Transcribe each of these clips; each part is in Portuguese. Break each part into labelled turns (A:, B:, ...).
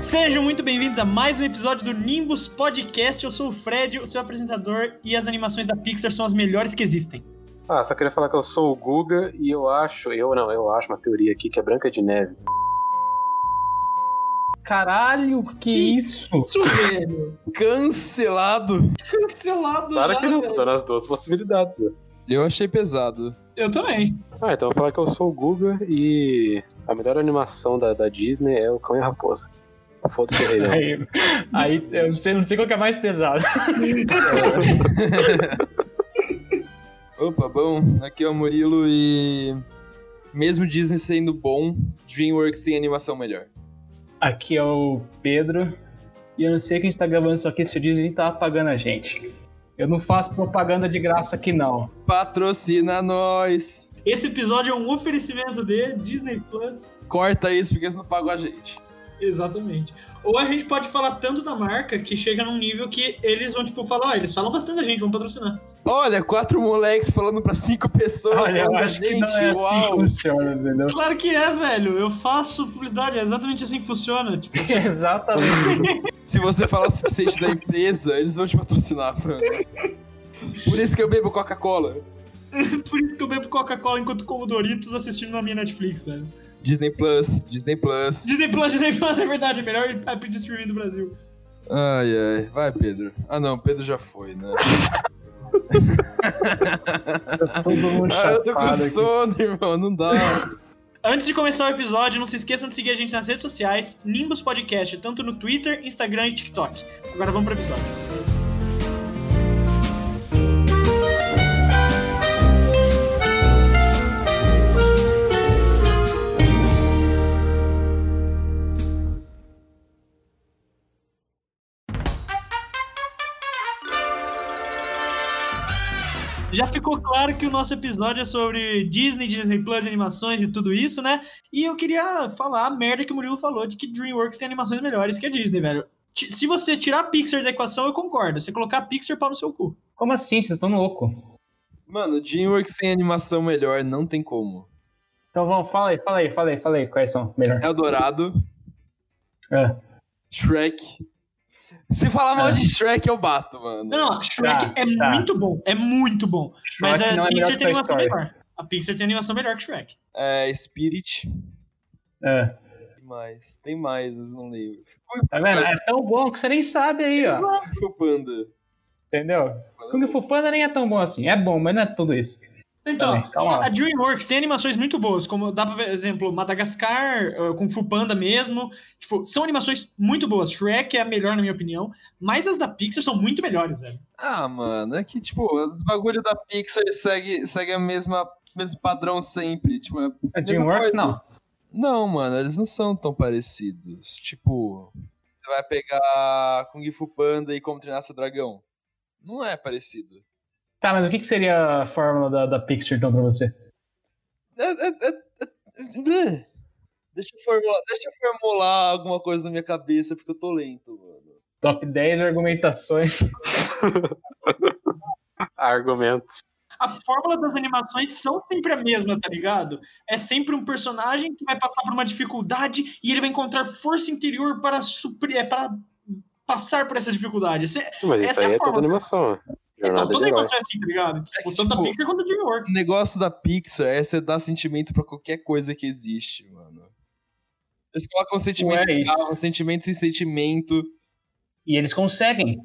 A: Sejam muito bem-vindos a mais um episódio do Nimbus Podcast. Eu sou o Fred, o seu apresentador, e as animações da Pixar são as melhores que existem.
B: Ah, só queria falar que eu sou o Guga e eu acho, eu não, eu acho uma teoria aqui que é Branca de Neve.
C: Caralho, que, isso?
A: Isso, velho.
D: Cancelado!
A: Cancelado
B: Claro
A: já,
B: que não,
A: velho.
B: tô nas duas possibilidades. né?
D: Eu achei pesado.
A: Eu também.
B: Ah, então eu vou falar que eu sou o Guga e a melhor animação da, da Disney é o Cão e a Raposa. Foda-se o Rei né? Leão.
C: Aí, aí eu não sei, não sei qual que é mais pesado.
D: Opa, bom, aqui é o Murilo e. Mesmo Disney sendo bom, Dreamworks tem animação melhor.
C: Aqui é o Pedro. E eu não sei quem está tá gravando isso aqui, se o Disney tá pagando a gente. Eu não faço propaganda de graça aqui, não.
D: Patrocina nós!
A: Esse episódio é um oferecimento de Disney Plus.
D: Corta isso porque você não pagou a gente.
A: Exatamente. Ou a gente pode falar tanto da marca que chega num nível que eles vão, tipo, falar, ó, eles falam bastante da gente, vão patrocinar.
D: Olha, quatro moleques falando pra cinco pessoas
C: Olha, eu
D: falando da
C: acho que não
D: gente,
C: é assim que
D: uau!
C: funciona, entendeu?
A: Claro que é, velho. Eu faço publicidade, é exatamente assim que funciona. Tipo, assim,
C: Exatamente.
D: Se você falar o suficiente da empresa, eles vão te patrocinar, mano. Por isso que eu bebo Coca-Cola.
A: por isso que eu bebo Coca-Cola enquanto como Doritos assistindo na minha Netflix, velho.
D: Disney Plus, Disney Plus.
A: Disney Plus, Disney Plus é verdade, é melhor app de streaming do Brasil.
D: Ai, ai. Vai, Pedro. Ah, não, Pedro já foi, né?
C: Todo mundo
D: Ah, eu tô com
C: chapado aqui.
D: sono, irmão, não dá.
A: Antes de começar o episódio, não se esqueçam de seguir a gente nas redes sociais, Nimbus Podcast, tanto no Twitter, Instagram e TikTok. Agora vamos pro episódio. Já ficou claro que o nosso episódio é sobre Disney, Disney Plus, animações e tudo isso, né? E eu queria falar a merda que o Murilo falou de que DreamWorks tem animações melhores que a Disney, velho. Ti- Se você tirar a Pixar da equação, eu concordo. Se colocar a Pixar, pau no seu cu.
C: Como assim? Vocês estão louco?
D: Mano, DreamWorks tem animação melhor, não tem como. É
C: Então vamos, fala aí, fala aí, fala aí, fala aí, quais são melhor.
D: Eldorado,
C: É.
D: Shrek. Se falar mal de Shrek, eu bato, mano.
A: Não, não, Shrek
C: Tá,
A: é
C: tá.
A: muito bom. É muito bom. Mas
C: Shrek
A: a
C: não é melhor
A: Pixar
C: que
A: tem
C: Toy
A: animação
C: Story.
A: melhor. A Pixar tem animação melhor que Shrek.
D: É, Spirit.
C: É.
D: Tem mais, tem mais, eu não lembro.
C: Tá vendo? É tão bom que você nem sabe aí, ó.
D: Kung Fu Panda.
C: Entendeu? Kung Fu Panda nem é tão bom assim. É bom, mas não é tudo isso.
D: Tá
A: Então,
C: Também, calma lá.
A: a DreamWorks tem animações muito boas, como dá pra ver, exemplo, Madagascar, eh, Kung Fu Panda mesmo. Tipo, são animações muito boas. Shrek é a melhor, na minha opinião. Mas as da Pixar são muito melhores, velho.
D: Ah, mano, é que, tipo, os bagulho da Pixar segue, segue a mesma, mesmo padrão sempre. Tipo, é-
C: A DreamWorks,
D: coisa.
C: não.
D: Não, mano, eles não são tão parecidos. Tipo, você vai pegar Kung Fu Panda e Como Treinar Seu Dragão. Não é parecido.
C: Tá, mas o que, que seria a fórmula da, da Pixar, então, pra você?
D: É- é- é- é- bleh. Deixa eu, formular, deixa eu formular alguma coisa na minha cabeça, porque eu tô lento, mano.
C: Top 10 argumentações.
B: Argumentos.
A: A fórmula das animações são sempre a mesma, tá ligado? É sempre um personagem que vai passar por uma dificuldade e ele vai encontrar força interior para suprir, é, para passar por essa dificuldade. Esse- é,
B: Mas
A: Essa
B: isso
A: é a
B: aí é toda
A: forma.
B: animação. né?
A: então,
B: Jornada
A: toda
B: de herói.
A: animação é assim, tá ligado? Tipo,
D: que,
A: tanto a
D: tipo,
A: Pixar quanto a DreamWorks.
D: O negócio da Pixar é você dar sentimento pra qualquer coisa que existe, mano. Eles colocam um sentimento
C: Ué,
D: em
C: isso.
D: carro, sentimento sem sentimento.
C: E eles conseguem.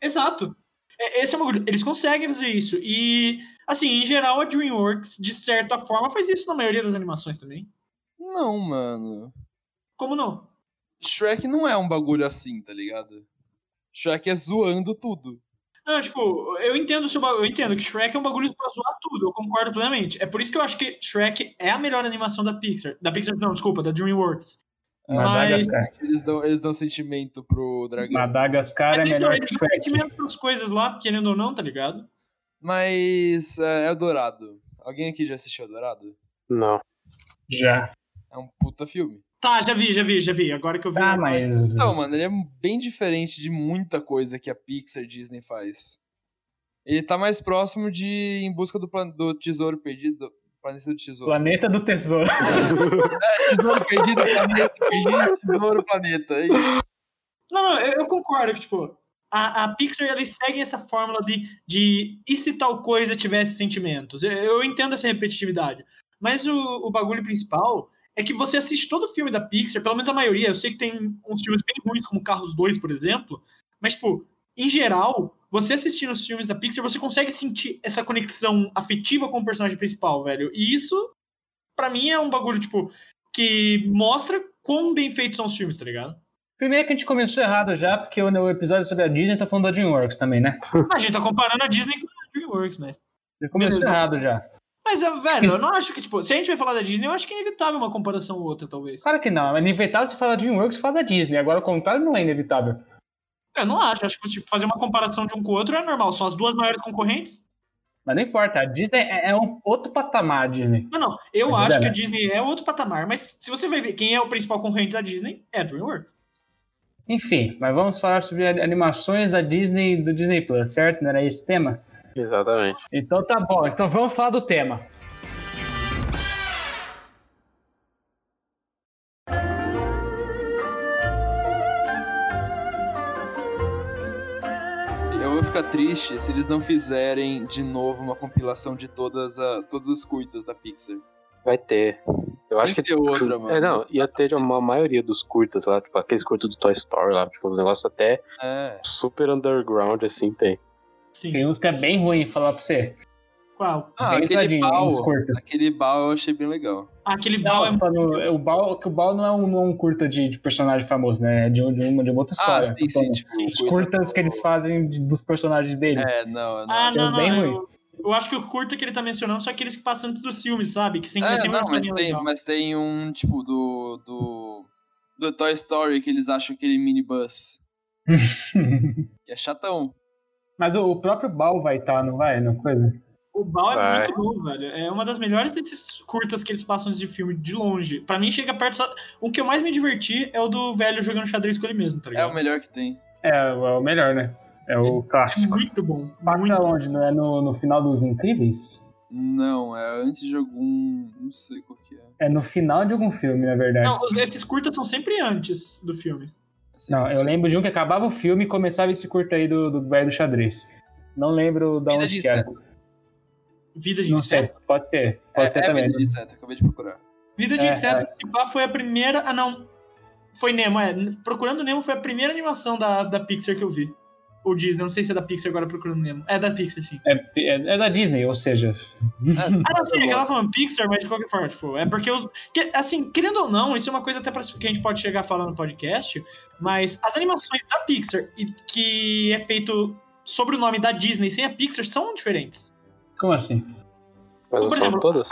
A: Exato. É- Esse é o bagulho. Eles conseguem fazer isso. E, assim, em geral, a DreamWorks, de certa forma, faz isso na maioria das animações também.
D: Não, mano.
A: Como não?
D: Shrek não é um bagulho assim, tá ligado? Shrek é zoando tudo.
A: Não, tipo, eu entendo o seu bagulho. Eu entendo que Shrek é um bagulho pra zoar tudo, eu concordo plenamente. É por isso que eu acho que Shrek é a melhor animação da Pixar. Da Pixar, não, desculpa, da DreamWorks.
C: Madagascar.
D: Eles dão, eles dão sentimento pro dragão.
C: Madagascar é
A: Mas, então,
C: melhor
A: eles
C: que
A: dão
C: Shrek.
A: sentimento pras coisas lá, querendo ou não, tá ligado?
D: Mas é Eldorado. Alguém aqui já assistiu Eldorado?
B: Não.
C: Já.
D: É um puta filme.
A: Tá, já vi, já vi, já vi. Agora que eu vi.
C: Ah, mas.
D: Então, mano, ele é bem diferente de muita coisa que a Pixar Disney faz. Ele tá mais próximo de Em Busca do, Plan- do Tesouro Perdido. Planeta do Tesouro.
C: Planeta do Tesouro.
D: Tesouro perdido, planeta, perdido, tesouro, planeta. É isso.
A: Não, não, eu, eu concordo que, tipo, a, a Pixar, eles seguem essa fórmula de, de e se tal coisa tivesse sentimentos? Eu, eu entendo essa repetitividade. Mas o, o bagulho principal é que você assiste todo o filme da Pixar, pelo menos a maioria, eu sei que tem uns filmes bem ruins, como Carros 2, por exemplo, mas, tipo, em geral, você assistindo os filmes da Pixar, você consegue sentir essa conexão afetiva com o personagem principal, velho. E isso, pra mim, é um bagulho, tipo, que mostra quão bem feitos são os filmes, tá ligado?
C: Primeiro que a gente começou errado já, porque o o episódio sobre a Disney tá falando da DreamWorks também, né?
A: A gente tá comparando a Disney com a DreamWorks, mas...
C: Já começou
A: Beleza.
C: errado já.
A: Mas, é, velho, eu não acho que, tipo, se a gente vai falar da Disney, eu acho que é inevitável uma comparação ou outra, talvez.
C: Claro que não, é inevitável você falar da DreamWorks e falar da Disney. Agora o contrário não é inevitável.
A: Eu não acho, acho que tipo, fazer uma comparação de um com o outro é normal, são as duas maiores concorrentes.
C: Mas não importa, a Disney é é um outro patamar, a Disney.
A: Não, não, eu
C: É
A: acho
C: verdade.
A: que a Disney é outro patamar, mas se você vai ver quem é o principal concorrente da Disney, é a DreamWorks.
C: Enfim, mas vamos falar sobre a- animações da Disney e do Disney Plus, certo? Não era esse tema?
B: Exatamente.
C: Então tá bom, então vamos falar do tema.
D: Eu vou ficar triste se eles não fizerem de novo uma compilação de todas a, todos os curtas da Pixar.
B: Vai ter. Eu acho
D: Tem
B: que.
D: que ter outra, mano.
B: É, não, ia ter uma maioria dos curtas lá, tipo, aqueles curtos do Toy Story lá, tipo, uns negócios até
D: É.
B: super underground, assim, tem.
A: Sim.
C: Tem uns que é bem ruim falar pra você.
A: Qual?
D: Ah,
C: Bem
D: aquele
C: tadinho, uns
D: pau.
C: curtas.
D: Aquele pau eu achei bem legal.
A: Ah, Aquele
C: Não,
A: Bal é
C: eu tô falando, o Bal, que o Bal não é um, não é um curta de, de personagem famoso, né? É de, um- de uma de uma outra história.
D: Ah, sim, sim.
C: Então,
D: Tipo,
C: Os
D: coisa-
C: curtas que eles fazem de- dos personagens deles.
D: É, não, não.
A: Ah,
C: Tem
A: não,
C: uns
A: não.
C: bem
A: Eu, eu acho que o curto que ele tá mencionando são aqueles que passam antes dos filmes, sabe? Que sem
D: É,
A: sem
D: não,
A: mais
D: mas
A: maneira
D: tem,
A: legal.
D: mas tem um, tipo, do, do. Do Toy Story que eles acham aquele minibus. Que é chatão.
C: Mas o, o próprio Bal vai estar, não vai? Não coisa?
A: O Bal é
B: Vai.
A: muito bom, velho. É uma das melhores desses curtas que eles passam antes de filme, de longe. Pra mim, chega perto só... O que eu mais me diverti é o do velho jogando xadrez com ele mesmo, tá
D: É
A: ligado?
D: o melhor que tem.
C: É, é o melhor, né? É o clássico.
A: muito bom.
C: Passa
A: muito.
C: onde? Não é no, no final dos Incríveis?
D: Não, é antes de algum. Não sei qual que é.
C: É no final de algum filme, na verdade. Não,
A: Não, os- esses curtas são sempre antes do filme.
D: é
C: eu lembro de um que acabava o filme e começava esse curto aí do, do velho do xadrez. Não lembro da
D: Vida
C: onde
D: de
C: que era.
D: inseto.
A: Vida de
C: Não sei,
A: inseto.
C: pode ser.
D: É,
C: Pode ser
D: é
C: também. né?
D: Vida de Inseto, acabei de procurar.
A: Vida de
C: É,
A: inseto, se pá, foi a primeira. Ah, não. Foi Nemo, é. Procurando Nemo foi a primeira animação da, da Pixar que eu vi. Ou Disney, não sei se é da Pixar agora procurando Nemo. É da Pixar, sim.
C: É, é- é da Disney, ou seja.
A: Ah, não, sim, é que
D: bom.
A: ela falando Pixar, mas de qualquer forma, tipo, é porque os. que, assim, querendo ou não, isso é uma coisa até pra, que a gente pode chegar a falar no podcast, mas as animações da Pixar e que é feito sobre o nome da Disney sem a Pixar são diferentes.
C: Como assim?
A: Como,
B: Mas não
A: por
B: são
A: exemplo,
B: todas?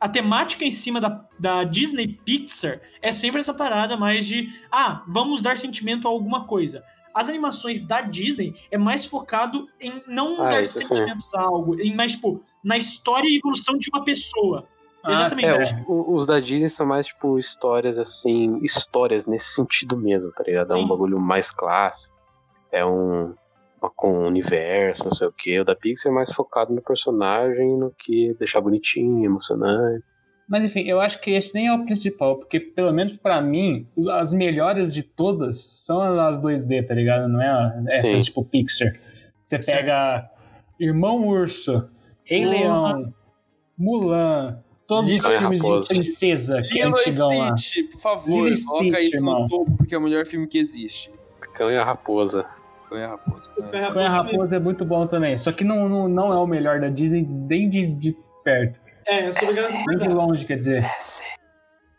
A: A temática em cima da, da Disney Pixar é sempre essa parada mais de, ah, vamos dar sentimento a alguma coisa. As animações da Disney é mais focado em não
B: Ah,
A: dar
B: isso sim.
A: sentimentos a algo, em mais, tipo, na história e evolução de uma pessoa.
C: Ah,
A: Exatamente.
C: certo.
A: eu acho.
B: É, o- os da Disney são mais, tipo, histórias, assim, histórias nesse sentido mesmo, tá ligado? É
A: Sim.
B: um bagulho mais clássico, é um, uma, com um universo, não sei o quê. O da Pixar é mais focado no personagem, no que deixar bonitinho, emocionante.
C: Mas enfim, eu acho que esse nem é o principal, porque pelo menos pra mim, as melhores de todas são as 2D, tá ligado? Não é a- essas
B: Sim.
C: tipo Pixar. Você
A: Certo.
C: pega Irmão Urso, Rei
A: Porra.
C: Leão, Mulan, todos os
D: Lilo
B: e
C: filmes de
B: Raposa.
C: princesa que
D: Lilo e
C: É antigão lá.
D: Stitch, por favor,
C: Lilo e
D: coloca
C: Stitch,
D: isso no
C: irmão.
D: topo, porque é o melhor filme que existe.
B: Cão e a Raposa.
D: Foi a raposa.
A: Foi
D: né?
A: a
C: Cão e
A: Raposa
C: a
A: também.
C: Raposa é muito bom também, só que não, não, não é o melhor da Disney nem de, de perto,
A: É, eu sou obrigado a
C: nem de
A: concordar.
C: longe, quer dizer.
B: É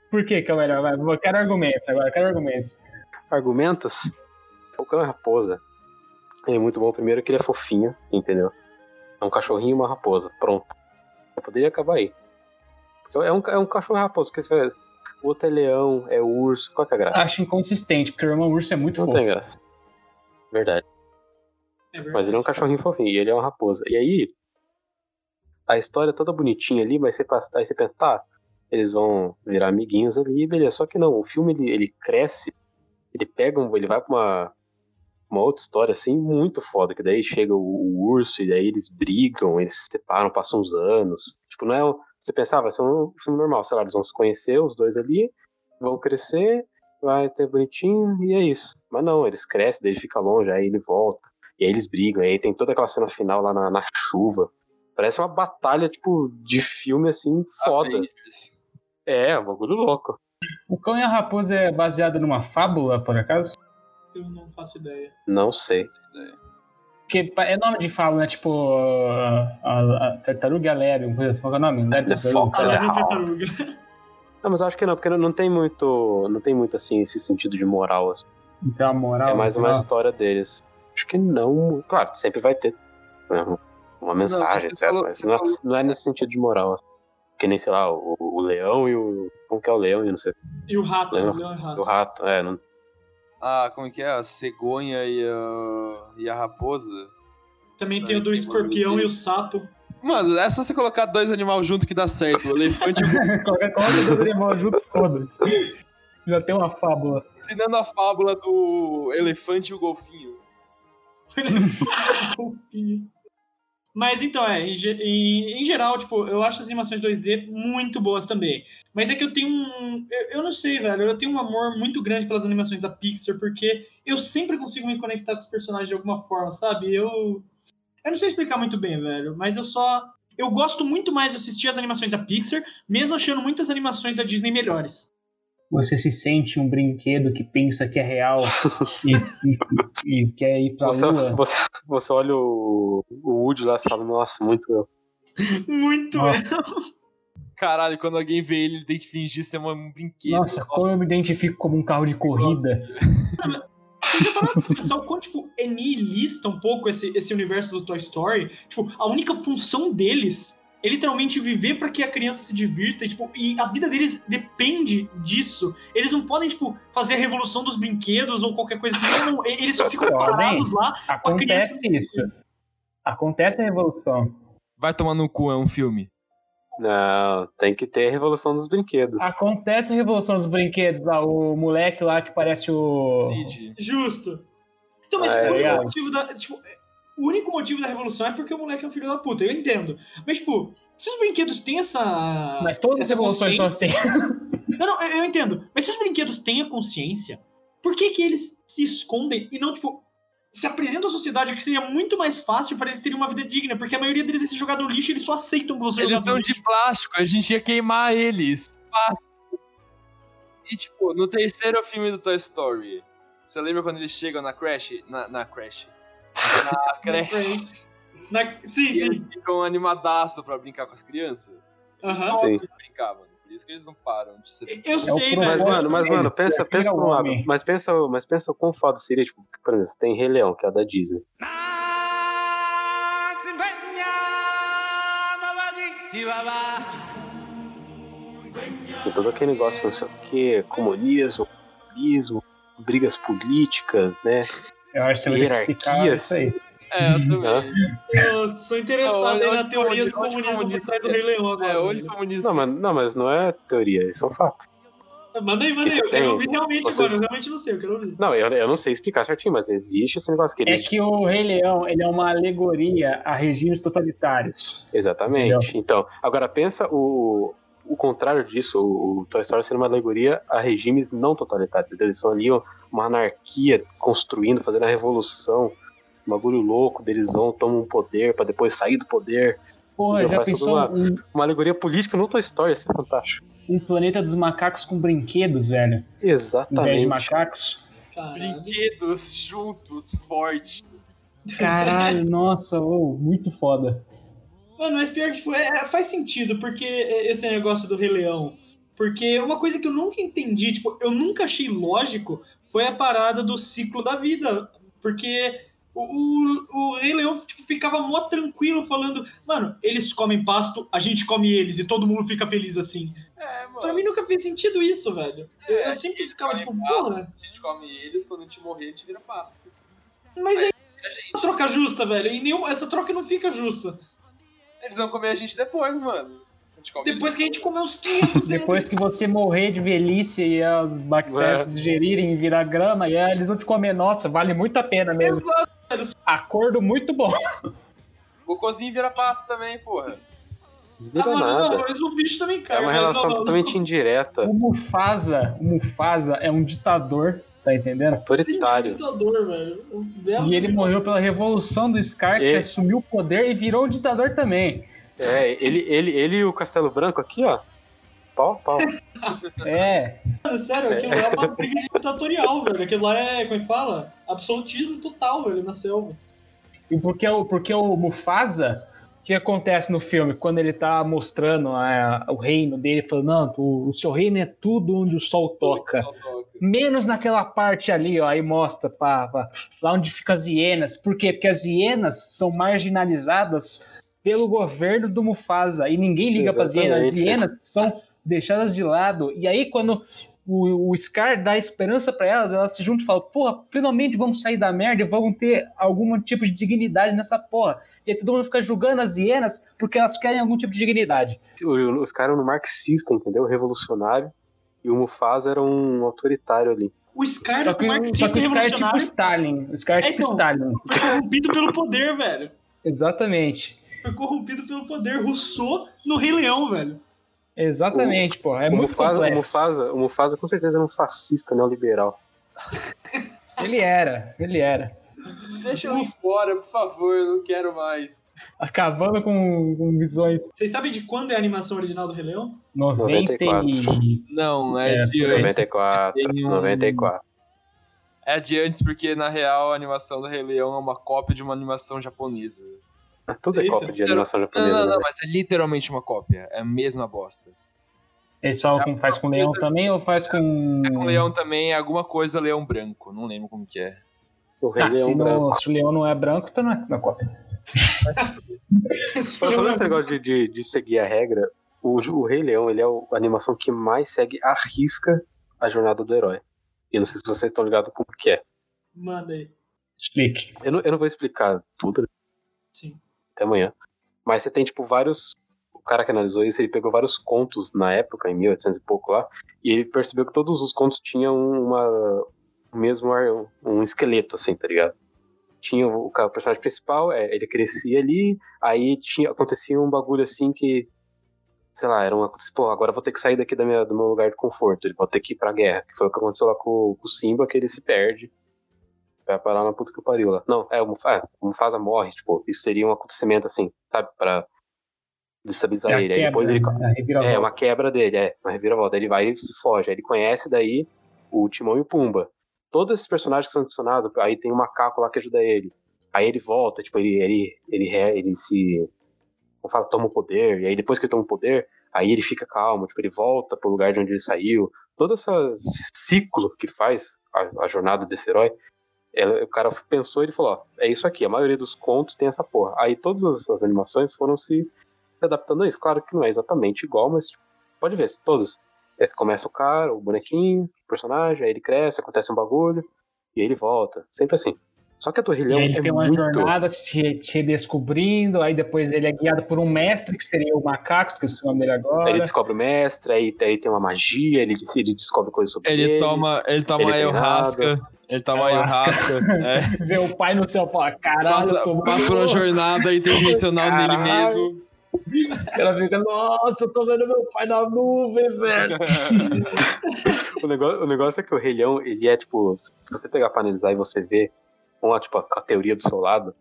C: Por que que é o melhor? Vai, eu quero argumentos agora, eu quero argumentos.
B: Argumentos? O Cão e a Raposa ele é muito bom. Primeiro que ele é fofinho, entendeu? É um cachorrinho e uma raposa. Pronto. Eu poderia acabar aí. Porque É um, é um cachorro e raposa. Porque você, o outro é leão, é urso. Qual que é a graça?
C: Acho inconsistente, porque o Irmão Urso é muito
B: Não
C: fofo.
B: tem graça. Verdade.
A: É verdade.
B: Mas ele é um cachorrinho fofinho e ele é uma raposa. E aí, a história é toda bonitinha ali, mas você, passa- aí você pensa, tá, eles vão virar amiguinhos ali, beleza. Só que não, o filme ele, ele cresce, ele pega um, ele vai pra uma, uma outra história assim, muito foda. Que daí chega o, o urso e daí eles brigam, eles se separam, passam uns anos. Tipo, não é, Você pensava, vai ser um filme normal, sei lá, eles vão se conhecer, os dois ali, vão crescer, vai ter bonitinho, e é isso. Mas não, eles crescem, daí ele fica longe, aí ele volta, e aí eles brigam, e aí tem toda aquela cena final lá na, na chuva. Parece uma batalha, tipo, de filme, assim, foda.
D: Avengers.
B: É, um bagulho louco.
C: O Cão e a Raposa é baseado numa fábula, por acaso?
A: Eu não faço ideia.
B: Não sei.
C: Porque pa- é nome de fábula, né? Tipo. A, a- a tartaruga e a Lebe, uma coisa assim. Qual que é o nome? Lebe,
B: The
C: tartaruga,
B: Fox
C: sei lá.
A: Salário de
B: real.
A: tartaruga.
B: Não, mas eu acho que não, porque não- não tem muito, não tem muito assim esse sentido de moral. assim.
C: Então a moral.
B: é mais
C: sei
B: uma
C: lá.
B: história deles. Acho que não. Claro, sempre vai ter né, uma mensagem,
D: você
B: etc.
D: falou-
B: mas
D: você
B: não, é-
D: falou-
B: não é nesse sentido de moral. Assim. Que nem, sei lá, o, o leão e o. Como que é o leão e não sei o
A: E o rato,
B: Lembra?
A: o leão e o
B: que, o
A: rato.
B: rato. É, não,
D: Ah, como que é? A cegonha e a, e a raposa.
A: Também tem o do escorpião e o sapo.
D: Mano, é só você colocar dois animais junto que dá certo. O elefante
C: Qualquer coisa do animal junto, foda-se. Já tem uma fábula.
D: ensinando a fábula do elefante e o golfinho.
A: Fofinho. Mas então, é, em, ge- em- em geral, tipo, eu acho as animações 2D muito boas também. Mas é que eu tenho um. Eu, eu não sei, velho. Eu tenho um amor muito grande pelas animações da Pixar, porque eu sempre consigo me conectar com os personagens de alguma forma, sabe? Eu. Eu não sei explicar muito bem, velho. Mas eu só. Eu gosto muito mais de assistir as animações da Pixar, mesmo achando muitas animações da Disney melhores.
C: Você se sente um brinquedo que pensa que é real e, e- e quer ir pra
B: você,
D: é.
C: lua.
B: você, você olha o, o Woody lá e fala, nossa, muito eu.
A: Muito,
C: Nossa.
A: velho.
D: Caralho, quando alguém vê ele, ele tem que fingir ser uma- um brinquedo.
C: Nossa, como eu me identifico como um carro de corrida.
A: Você já parou pra pensar o quão, tipo, é niilista um pouco esse, esse universo do Toy Story? Tipo, a única função deles é literalmente viver pra que a criança se divirta, e, tipo, e a vida deles depende disso. Eles não podem, tipo, fazer a revolução dos brinquedos ou qualquer coisa assim. Não, e- eles só ficam
C: Jovem.
A: parados lá.
C: Acontece isso. Acontece a revolução.
D: Vai tomar no cu, é um filme.
B: Não, tem que ter a revolução dos brinquedos.
D: Ah,
C: Acontece a revolução dos brinquedos lá, o moleque lá que parece o.
D: Cid.
A: Justo. Então, mas
B: É,
A: o único
C: legal.
A: motivo da. Tipo, o único motivo da revolução é porque o moleque é um filho da puta, eu entendo. Mas, tipo, se os brinquedos têm essa.
C: Mas todas as
A: essa
C: revoluções são assim.
A: Não, não, eu, eu entendo. Mas se os brinquedos têm a consciência, por que que eles se escondem e não, tipo, se apresentam à sociedade, o que seria muito mais fácil para eles terem uma vida digna? Porque a maioria deles é se jogar no lixo, eles só aceitam que você
D: Eles
A: jogar no
D: são tipo
A: lixo.
D: de plástico, a gente ia queimar eles. Fácil. E tipo, no terceiro filme do Toy Story, você lembra quando eles chegam na creche? Na, na creche. Na creche.
A: Na- Sim,
D: E
A: sim.
D: eles ficam animadaço pra brincar com as crianças. Eles
A: Aham.
D: gostam
B: Sim.
D: de brincar, mano. Por isso que eles não param de ser
A: Eu
D: brincadeira.
A: sei,
C: problema.
B: Mas,
A: velho.
B: mano,
D: é,
B: mas, mano,
C: Eles
B: pensa,
C: viram
B: pensa por um lado.
C: homem.
B: Mas pensa, mas pensa o quão foda seria, tipo, que, por exemplo, tem Rei Leão, que é a da Disney.
A: Ah,
B: Tem todo aquele negócio, não sei o que, comunismo, comunismo, brigas políticas, né?
C: Eu acho que você vai ter que explicar
B: Hierarquias.
C: isso aí.
D: É, eu também.
A: Eu sou interessado
D: Não,
A: aí
D: É, onde-
A: na teoria
D: onde-
A: do
D: onde
A: comunismo por
D: comunista
A: trás do
D: você-
A: Rei Leão agora.
D: É, onde
A: velho.
D: comunista.
B: Não, mas não, mas não é teoria, isso é um fato.
A: Manda aí, manda aí.
B: Isso
D: é
A: Eu quero
B: tem-
A: ouvir realmente
B: você-
A: agora. Eu realmente não sei, eu quero ouvir.
B: Não, eu, eu não sei explicar certinho, mas existe esse negócio que
C: É
B: eles.
C: que o Rei Leão ele é uma alegoria a regimes totalitários.
B: Exatamente. Então, agora pensa o, o contrário disso, o, o Toy Story sendo uma alegoria a regimes não totalitários. entendeu? Eles são ali uma anarquia construindo, fazendo a revolução, um bagulho louco, deles vão, tomam um poder pra depois sair do poder.
C: Porra,
B: Meu
C: já
B: pai
C: pensou
B: sobrou
C: um,
B: Uma alegoria política no Toy Story, isso é fantástico.
C: um planeta dos macacos com brinquedos, velho? Em vez de
B: Exatamente.
C: macacos?
A: Caralho.
D: Brinquedos juntos, forte.
C: Caralho, nossa, ô, muito foda.
A: Mano, mas pior que tipo, é- é- faz sentido, porque é- esse negócio do Rei Leão. Porque uma coisa que eu nunca entendi, tipo, eu nunca achei lógico, foi a parada do ciclo da vida. Porque o, o, o Rei Leão tipo, ficava mó tranquilo falando, mano, eles comem pasto, a gente come eles e todo mundo fica feliz assim.
D: É, mano.
A: Pra mim nunca fez sentido isso, velho. Eu, eu sempre ficava tipo,
D: É, comem
A: porra,
D: A gente come eles, quando a gente morrer, a gente vira pasto.
A: mas é uma troca justa, velho. E nenhum, essa troca não fica justa.
D: Eles vão comer a gente depois, mano. A gente come
A: Depois
D: eles
A: que a gente comeu uns 500
C: Depois que você morrer de velhice e as bactérias
B: É.
C: digerirem e virar grama, e aí eles vão te comer. Nossa, vale muito a pena mesmo.
A: Exato.
C: Acordo muito bom.
D: O cozinho vira pasto também, porra.
B: Não
A: Ah,
B: vira
A: mano,
B: nada.
A: não, mas o bicho também cai. né?
B: é uma
A: velho.
B: relação
A: Não, não,
B: totalmente indireta,
C: O Mufasa, o Mufasa é um ditador, tá entendendo?
A: Sim,
B: autoritário.
A: ditador, é velho. O dela- é
C: E ele morreu pela revolução do Scar, que
B: E-
C: assumiu o poder e virou um ditador também.
B: É, ele, ele, ele e o Castelo Branco aqui, ó. Pau, pau.
C: É,
A: Sério, aquilo lá é uma briga ditatorial, velho. Aquilo lá é, como é que fala? Absolutismo total, velho, na selva.
C: e porque o, porque o Mufasa, o que acontece no filme? Quando ele tá mostrando a- o reino dele, falando, não, o, o seu reino é tudo onde o sol toca.
D: Só toca.
C: Menos naquela parte ali, ó, aí mostra pá, pá, lá onde ficam as hienas. Por quê? Porque as hienas são marginalizadas pelo governo do Mufasa e ninguém liga para as hienas. As
B: Exatamente.
C: hienas são deixadas de lado. E aí, quando o, o Scar dá esperança para elas, elas se juntam e falam: Porra, finalmente vamos sair da merda e vamos ter algum tipo de dignidade nessa porra. E aí todo mundo fica julgando as hienas porque elas querem algum tipo de dignidade.
B: O- Os caras eram marxistas, entendeu? Revolucionário. E o Mufasa era um autoritário ali.
A: O Scar
C: Só
A: é
C: que,
A: um
C: o- só
A: marxista
C: que o Scar é tipo
A: revolucionário
C: Stalin. O Scar é
A: É,
C: tipo
A: então.
C: Stalin.
A: foi corrompido pelo poder, velho.
C: Exatamente.
A: Foi corrompido pelo poder. Rousseau no Rei Leão, velho.
C: Exatamente, pô. É
B: o,
C: muito
B: Mufasa, o,
C: complexo.
B: Mufasa, o Mufasa com certeza era um fascista neoliberal.
C: Ele era, ele era.
D: Deixa eu ir embora, por favor, eu não quero mais.
C: Acabando com, com visões
A: Vocês sabem de quando é a animação original do Rei Leão?
C: 90 e...
B: 94.
D: Não, é,
C: É,
D: de antes.
B: 94,
D: Tem um-
B: 94.
D: É de antes, porque na real a animação do Rei Leão é uma cópia de uma animação japonesa.
B: Ah, Tudo é
A: Eita.
B: cópia de animação
D: Não,
B: japonesa.
D: não,
B: né?
D: não, mas é literalmente uma cópia. É a mesma bosta.
C: Eles falam que faz com leão também ou faz com...
D: É com leão também, é alguma coisa leão branco. Não lembro como que é.
B: O Rei
C: Ah, se,
B: Leão um branco.
C: não, se o leão não é branco, então não é na cópia.
A: Esse
B: Mas
A: filme
B: Falando
A: é
B: nesse negócio de, de, de seguir a regra, o, o Rei Leão ele é o- a animação que mais segue à risca a jornada do herói. E eu não sei se vocês estão ligados como que é.
A: Manda aí.
C: Explique.
B: Eu não, eu não vou explicar tudo
A: Sim.
B: até amanhã. Mas você tem, tipo, vários. O cara que analisou isso, ele pegou vários contos na época, em 1800 e pouco lá, e ele percebeu que todos os contos tinham uma, o mesmo ar- um esqueleto, assim, tá ligado? Tinha o, o ca- o personagem principal, é, ele crescia ali, aí tinha, acontecia um bagulho assim que, sei lá, era uma coisa, pô, agora eu vou ter que sair daqui da minha, do meu lugar de conforto, ele vou ter que ir pra guerra, que foi o que aconteceu lá com, com o Simba, que ele se perde, vai parar na puta que pariu lá. Não, é, o Mufasa, o Mufasa morre, tipo, isso seria um acontecimento assim, sabe, pra destabilizar
C: É a
B: Tá, ele, aí
C: quebra,
B: depois ele,
C: né? A reviravolta.
B: é, uma quebra dele, é, uma reviravolta. Ele vai e se foge. Aí ele conhece daí o Timão e o Pumba. Todos esses personagens que são adicionados, aí tem um macaco lá que ajuda ele. Aí ele volta, tipo, ele, ele, ele, re- ele se. Como fala, toma o poder. E aí depois que ele toma o poder, aí ele fica calmo, tipo, ele volta pro lugar de onde ele saiu. Todo essa- esse ciclo que faz a, a jornada desse herói, ela- É, o cara pensou e ele falou: ó, é isso aqui, a maioria dos contos tem essa porra. Aí todas as- as animações foram se se adaptando a isso. Claro que não é exatamente igual, mas tipo, pode ver, se todos. Aí você começa o cara, o bonequinho, o personagem, aí ele cresce, acontece um bagulho, e aí ele volta. Sempre assim. Só que a do Rei
C: E
B: Leão
C: aí ele
B: é
C: tem uma
B: muito...
C: jornada se, se descobrindo, aí depois ele é guiado por um mestre, que seria o macaco, esqueci o nome dele agora.
B: Aí Ele descobre o mestre, aí, aí tem uma magia, ele, ele descobre coisas sobre ele.
D: Ele toma, ele toma
B: Ele
D: ele
B: tem
D: ayahuasca. Ele toma
C: Ayahuasca.
D: ayahuasca. é.
C: Vê o pai no céu e fala, caralho, eu sou
D: Passa,
C: muito
D: passa por uma
C: louco."
D: jornada interdimensional nele
B: Caralho.
D: mesmo.
C: Ela fica, nossa, eu tô vendo meu pai na nuvem, velho.
B: O negócio, o negócio é que o Rei Leão, ele é tipo, se você pegar pra analisar e você ver, com a, tipo, a teoria do seu lado,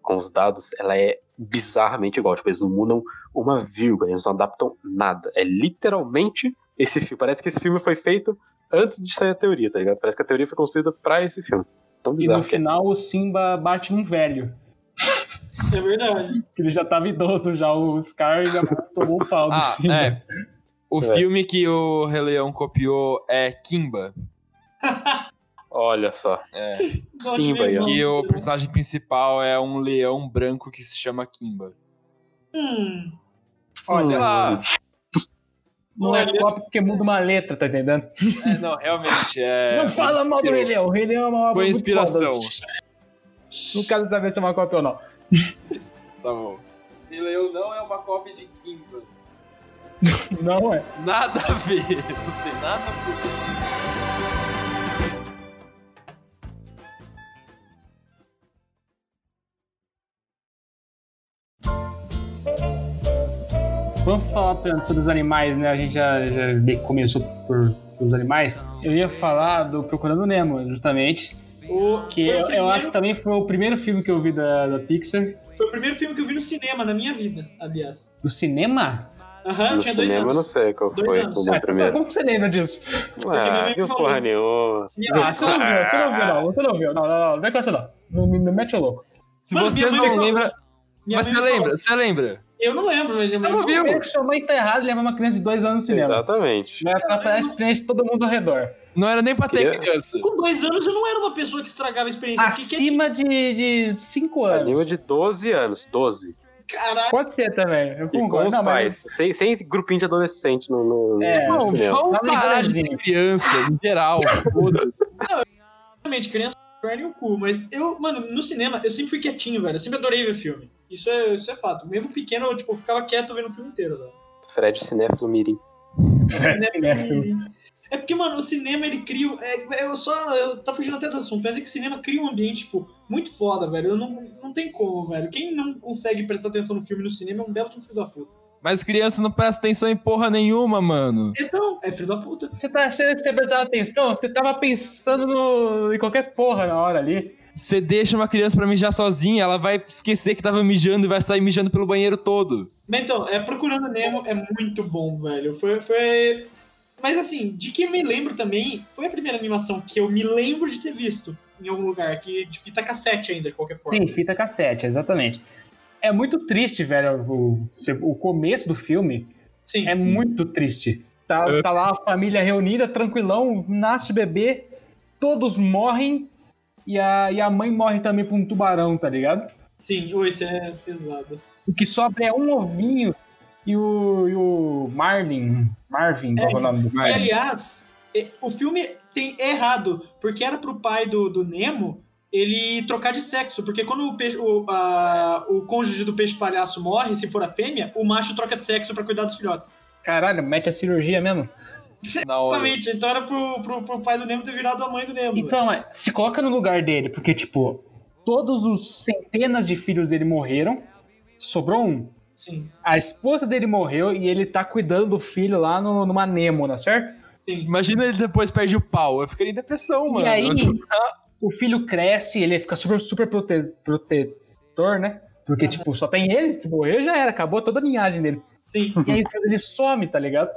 B: com os dados, ela é bizarramente igual. Tipo, eles não mudam uma vírgula, eles não adaptam nada. É literalmente esse filme. Parece que esse filme foi feito antes de sair a teoria, tá ligado? Parece que a teoria foi construída pra esse filme. Tão
C: E no
B: bizarro que é.
C: final o Simba bate um velho.
A: É verdade.
C: que Ele já tava idoso já, o Scar já tomou o pau do
D: Ah,
C: Simba.
D: é. O
B: É.
D: filme que o Rei Leão copiou é Kimba.
B: Olha só.
D: É.
B: Simba aí, ó.
D: Que o personagem principal é um leão branco que se chama Kimba.
A: Hum,
C: Olha,
D: Sei lá.
C: não é cópia porque muda uma letra, tá entendendo?
D: É, não, realmente. É,
C: não fala mal do Rei Leão, o Rei Leão é uma obra
D: Foi
C: muito
D: inspiração.
C: foda. Não quero saber se é uma cópia ou não.
D: Tá bom. Rei Leão não é uma cópia de Kimba.
C: Não é.
D: Nada a ver. Não tem nada a ver.
C: Vamos falar tanto sobre os animais, né? A gente já, já meio que começou por, pelos animais. Eu ia falar do Procurando Nemo, justamente.
A: O-
C: Que
A: foi o
C: eu, eu
A: primeiro-
C: acho que tá- também foi o primeiro filme que eu vi da, da Pixar.
A: Foi o primeiro filme que eu vi no cinema, na minha vida, aliás.
C: Do cinema?
A: Aham, eu
B: no
A: tinha dois
B: cinema eu não
A: anos.
B: sei qual
A: Dois
B: foi
A: anos.
B: o
A: Bom,
C: Ah,
B: meu primeiro.
C: como que você lembra disso?
A: minha
B: Ah,
A: mãe
B: viu
A: falou.
B: porra nenhuma.
C: Ah, você não viu, você não viu, não. Você não viu, não, não, não. Vem com essa, não. Não me não mete o louco.
D: Se
A: Mano,
D: você
A: minha
D: não
A: mãe falou-
D: lembra.
A: Minha mãe
D: mas você
A: me falou.
D: lembra, você lembra.
A: Eu não lembro, mas
D: Você não viu?
C: Primeiro que sua mãe tá errada e leva uma criança de dois anos no cinema.
B: Exatamente.
C: Vai atrapalhar a experiência de todo mundo ao redor.
D: Não era nem pra ter
B: Queria-
D: criança.
A: "É, Com dois anos eu não era uma pessoa que estragava a experiência. O que que é
C: Acima de, de cinco anos.
B: Anima de 12 anos, 12.
A: Caralho.
C: Pode ser também, eu
B: E com
C: concordo.
B: os
C: Não, mas-
B: pais. Sem, sem grupinho de adolescente no, no,
C: É.
B: no
D: Não,
B: cinema.
D: vamos
C: Tá
D: parar de ter
C: ligado,
D: criança, em geral. Foda-se.
A: Realmente, criança perna e o cu, mas eu, mano, no cinema eu sempre fui quietinho, velho. Eu sempre adorei ver filme. Isso é, isso é fato. Mesmo pequeno, eu tipo, ficava quieto vendo o filme inteiro, velho.
B: Fred Cinéfilo Mirim.
C: É, cinéfilo.
A: É porque, mano, o cinema ele cria. é, eu só. Eu tá fugindo até do assunto, mas é que o cinema cria um ambiente, tipo, muito foda, velho. Eu não, não tem como, velho. Quem não consegue prestar atenção no filme no cinema é um belo de um filho da puta.
D: Mas criança não presta atenção em porra nenhuma, mano.
A: Então, é filho da puta.
C: Você tá achando que você prestava atenção? Você tava pensando no- em qualquer porra na hora ali.
D: Você deixa uma criança pra mijar sozinha, ela vai esquecer que tava mijando e vai sair mijando pelo banheiro todo.
A: Mas então, é, Procurando Nemo é muito bom, velho. Foi, foi. Mas assim, de que eu me lembro também, foi a primeira animação que eu me lembro de ter visto em algum lugar, que de fita cassete ainda, de qualquer forma.
C: Sim, fita cassete, exatamente. É muito triste, velho, o, o começo do filme.
A: Sim,
C: É muito triste. Tá, tá lá a família reunida, tranquilão, nasce o bebê, todos morrem e a, e a mãe morre também pra um tubarão, tá ligado?
A: sim. Oi, isso é pesado.
C: O que sobra é um ovinho e o, e o Marvin. Marvin, qual é o nome do
A: E, aliás, é- o filme tem é errado, porque era pro pai do, do Nemo ele trocar de sexo, porque quando o, peixe- o, a- o cônjuge do peixe palhaço morre, se for a fêmea, o macho troca de sexo pra cuidar dos filhotes.
C: Caralho, mete a cirurgia mesmo.
D: Na hora.
A: Exatamente, então era pro, pro, pro pai do Nemo ter virado a mãe do Nemo.
C: Então, é, se coloca no lugar dele, porque, tipo, todos os centenas de filhos dele morreram, sobrou um.
A: velho. Sim,
C: A esposa dele morreu e ele tá cuidando do filho lá no, numa Nêmona, certo?
A: sim.
D: Imagina ele depois perde o pau. Eu ficaria em depressão, mano.
C: E aí, o filho cresce, ele fica super, super prote- protetor, né? Porque, tipo, só tem ele, se morrer já era, acabou toda a linhagem dele.
A: Sim,
C: E aí ele some, tá ligado?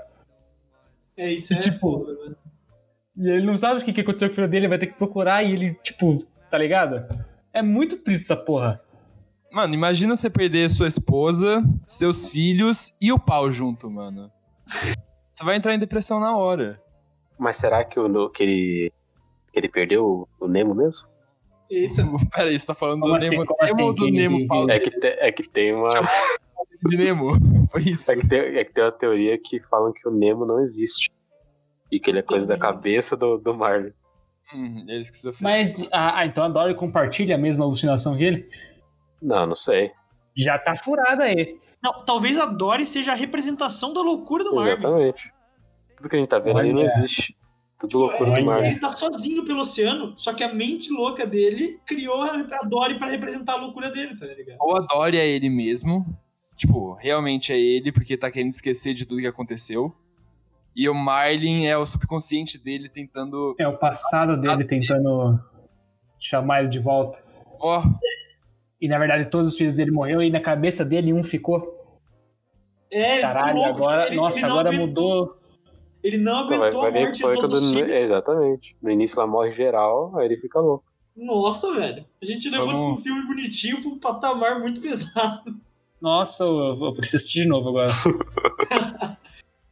A: é isso. É
C: Tipo,
A: foda, velho.
C: E ele não sabe o que que aconteceu com o filho dele, vai ter que procurar e ele, tipo, tá ligado? É muito triste essa porra.
D: Mano, imagina você perder sua esposa, seus filhos e o pau junto, mano. Você vai entrar em depressão na hora.
B: Mas será que, o, que, ele, que ele perdeu o Nemo mesmo?
A: Eita,
D: Pera aí, você tá falando
C: Como
D: do
C: assim?
D: Nemo,
C: Como
D: Nemo
C: assim?
D: ou do
C: Quem-
D: Nemo
C: quem-
D: pau
B: É que, te- é que tem uma.
D: de Nemo? Foi isso.
B: É que, tem, é que tem uma teoria que falam que o Nemo não existe. E que ele é coisa da cabeça do, do Marlin.
D: Hum, ele esquizofrênico.
C: Mas, ah, ah, então a Dory compartilha a mesma alucinação que ele?
B: Não, não sei.
C: Já tá furada aí.
A: Não, talvez a Dory seja a representação da loucura do Marvel.
B: Exatamente. Tudo que a gente tá vendo ali não
C: Olha.
B: existe. Tudo loucura
A: É,
B: do Marlin.
A: Ele tá sozinho pelo oceano, só que a mente louca dele criou a a Dory pra representar a loucura dele, tá ligado?
D: Ou a Dory é ele mesmo. Tipo, realmente é ele, porque tá querendo esquecer de tudo que aconteceu. E o Marlin é o subconsciente dele tentando.
C: É o passado dele tentando chamar ele de volta.
D: Ó,
C: E na verdade todos os filhos dele morreram e na cabeça dele um ficou.
A: É, ele
C: Caralho,
A: ficou louco.
C: agora.
A: ele-
C: Nossa,
A: ele não
C: agora
A: aguentou-
C: mudou.
A: Ele não
B: Então, vai,
A: aguentou
B: vai
A: a
B: ver
A: morte
B: que
A: de
B: foi
A: todos
B: quando.
A: os filhos.
B: Exatamente. No início ela morre geral, aí ele fica louco.
A: Nossa, velho. A gente levou
D: Vamos-
A: um filme bonitinho pra um patamar muito pesado.
C: Nossa, eu, eu preciso assistir de novo agora.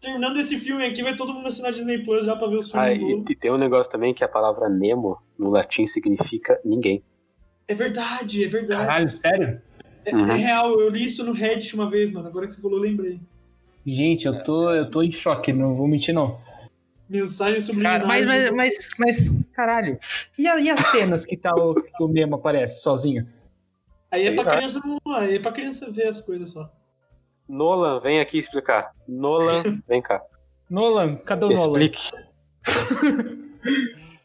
A: Terminando esse filme aqui, vai todo mundo assinar Disney Plus já pra ver os filmes
B: Ah,
A: do
B: e,
A: novo.
B: e tem um negócio também que a palavra Nemo no latim significa ninguém.
A: É verdade, é verdade.
C: Caralho, sério?
A: É,
B: Uhum.
A: é real, eu li isso no Reddit uma vez, mano. Agora que você falou, eu lembrei.
C: Gente, eu tô, eu tô em choque, não vou mentir, não.
A: Mensagem né? subliminar.
C: Cara, mas, mas, mas, mas, caralho. E, a- e as cenas que tá o, que o Nemo aparece sozinho?
A: Aí é pra
B: Sei lá.
A: criança não. Aí é pra criança ver as coisas só.
B: Nolan, vem aqui explicar. Nolan, vem cá.
C: Nolan, cadê o Nolan?
B: Explique.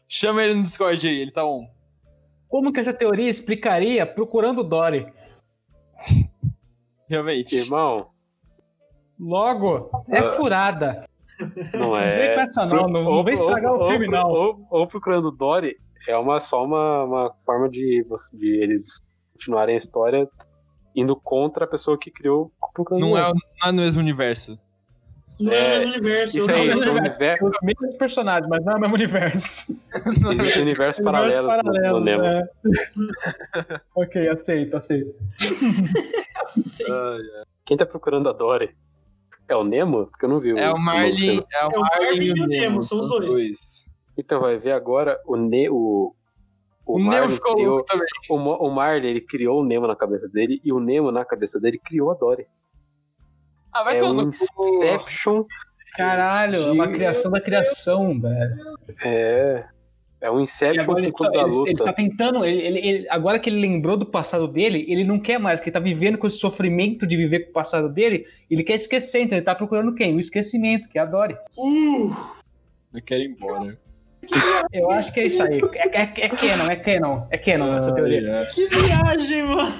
D: chama ele no Discord aí, ele tá on.
C: Como que essa teoria explicaria procurando o Dory?
D: Realmente.
B: Irmão,
C: Logo, é
B: Ah.
C: furada.
B: Não
C: Não vem com
B: é.
C: essa não, não, não vem estragar o filme
B: ou,
C: não.
B: Ou, ou procurando Dory é uma, só uma, uma forma de, você- de eles continuarem a história indo contra a pessoa que criou o Procurando
D: Não é,
B: Dory.
D: o- não é no mesmo universo.
A: Não é,
B: É,
A: o mesmo universo.
B: Isso um
A: não
B: aí,
A: é o
B: são
A: mesmo
B: univer-
C: Os mesmos personagens, mas não é o mesmo universo.
B: existem universos
C: Universo
B: paralelos no, no
C: paralelo,
B: assim, Nemo.
C: é. ok, assim, aceito, aceito.
D: Ah,
B: Quem tá procurando a Dory? É o Nemo? Porque eu não vi.
D: É o Marlin,
B: nome.
D: é o Marlin e o Nemo,
A: são os
D: os
A: dois.
D: dois.
B: Então vai ver agora o Ne o
D: O
B: Marlin
D: Nemo ficou
B: criou-
D: louco também.
B: o, Mo- o Marlin ele criou o Nemo na cabeça dele e o Nemo na cabeça dele criou a Dory.
D: Ah, vai
B: é
D: tomar
B: um
D: no cu.
B: Inception,
C: Caralho, é uma criação da criação, velho.
B: é é um
C: E
B: Inception
C: agora
B: com
C: ele,
B: o clube da
C: ele- ele tá
B: luta.
C: tentando, ele, ele- ele- agora que ele lembrou do passado dele, ele não quer mais, porque ele tá vivendo com esse sofrimento de viver com o passado dele, ele quer esquecer, então ele tá procurando quem? O esquecimento, que é a Dory.
A: Uh,
D: Eu quero ir embora.
C: Eu acho que é isso aí. É, é, é Canon, é Canon, é
D: Ah,
C: Canon essa teoria.
D: Ai, ai.
A: que viagem, mano.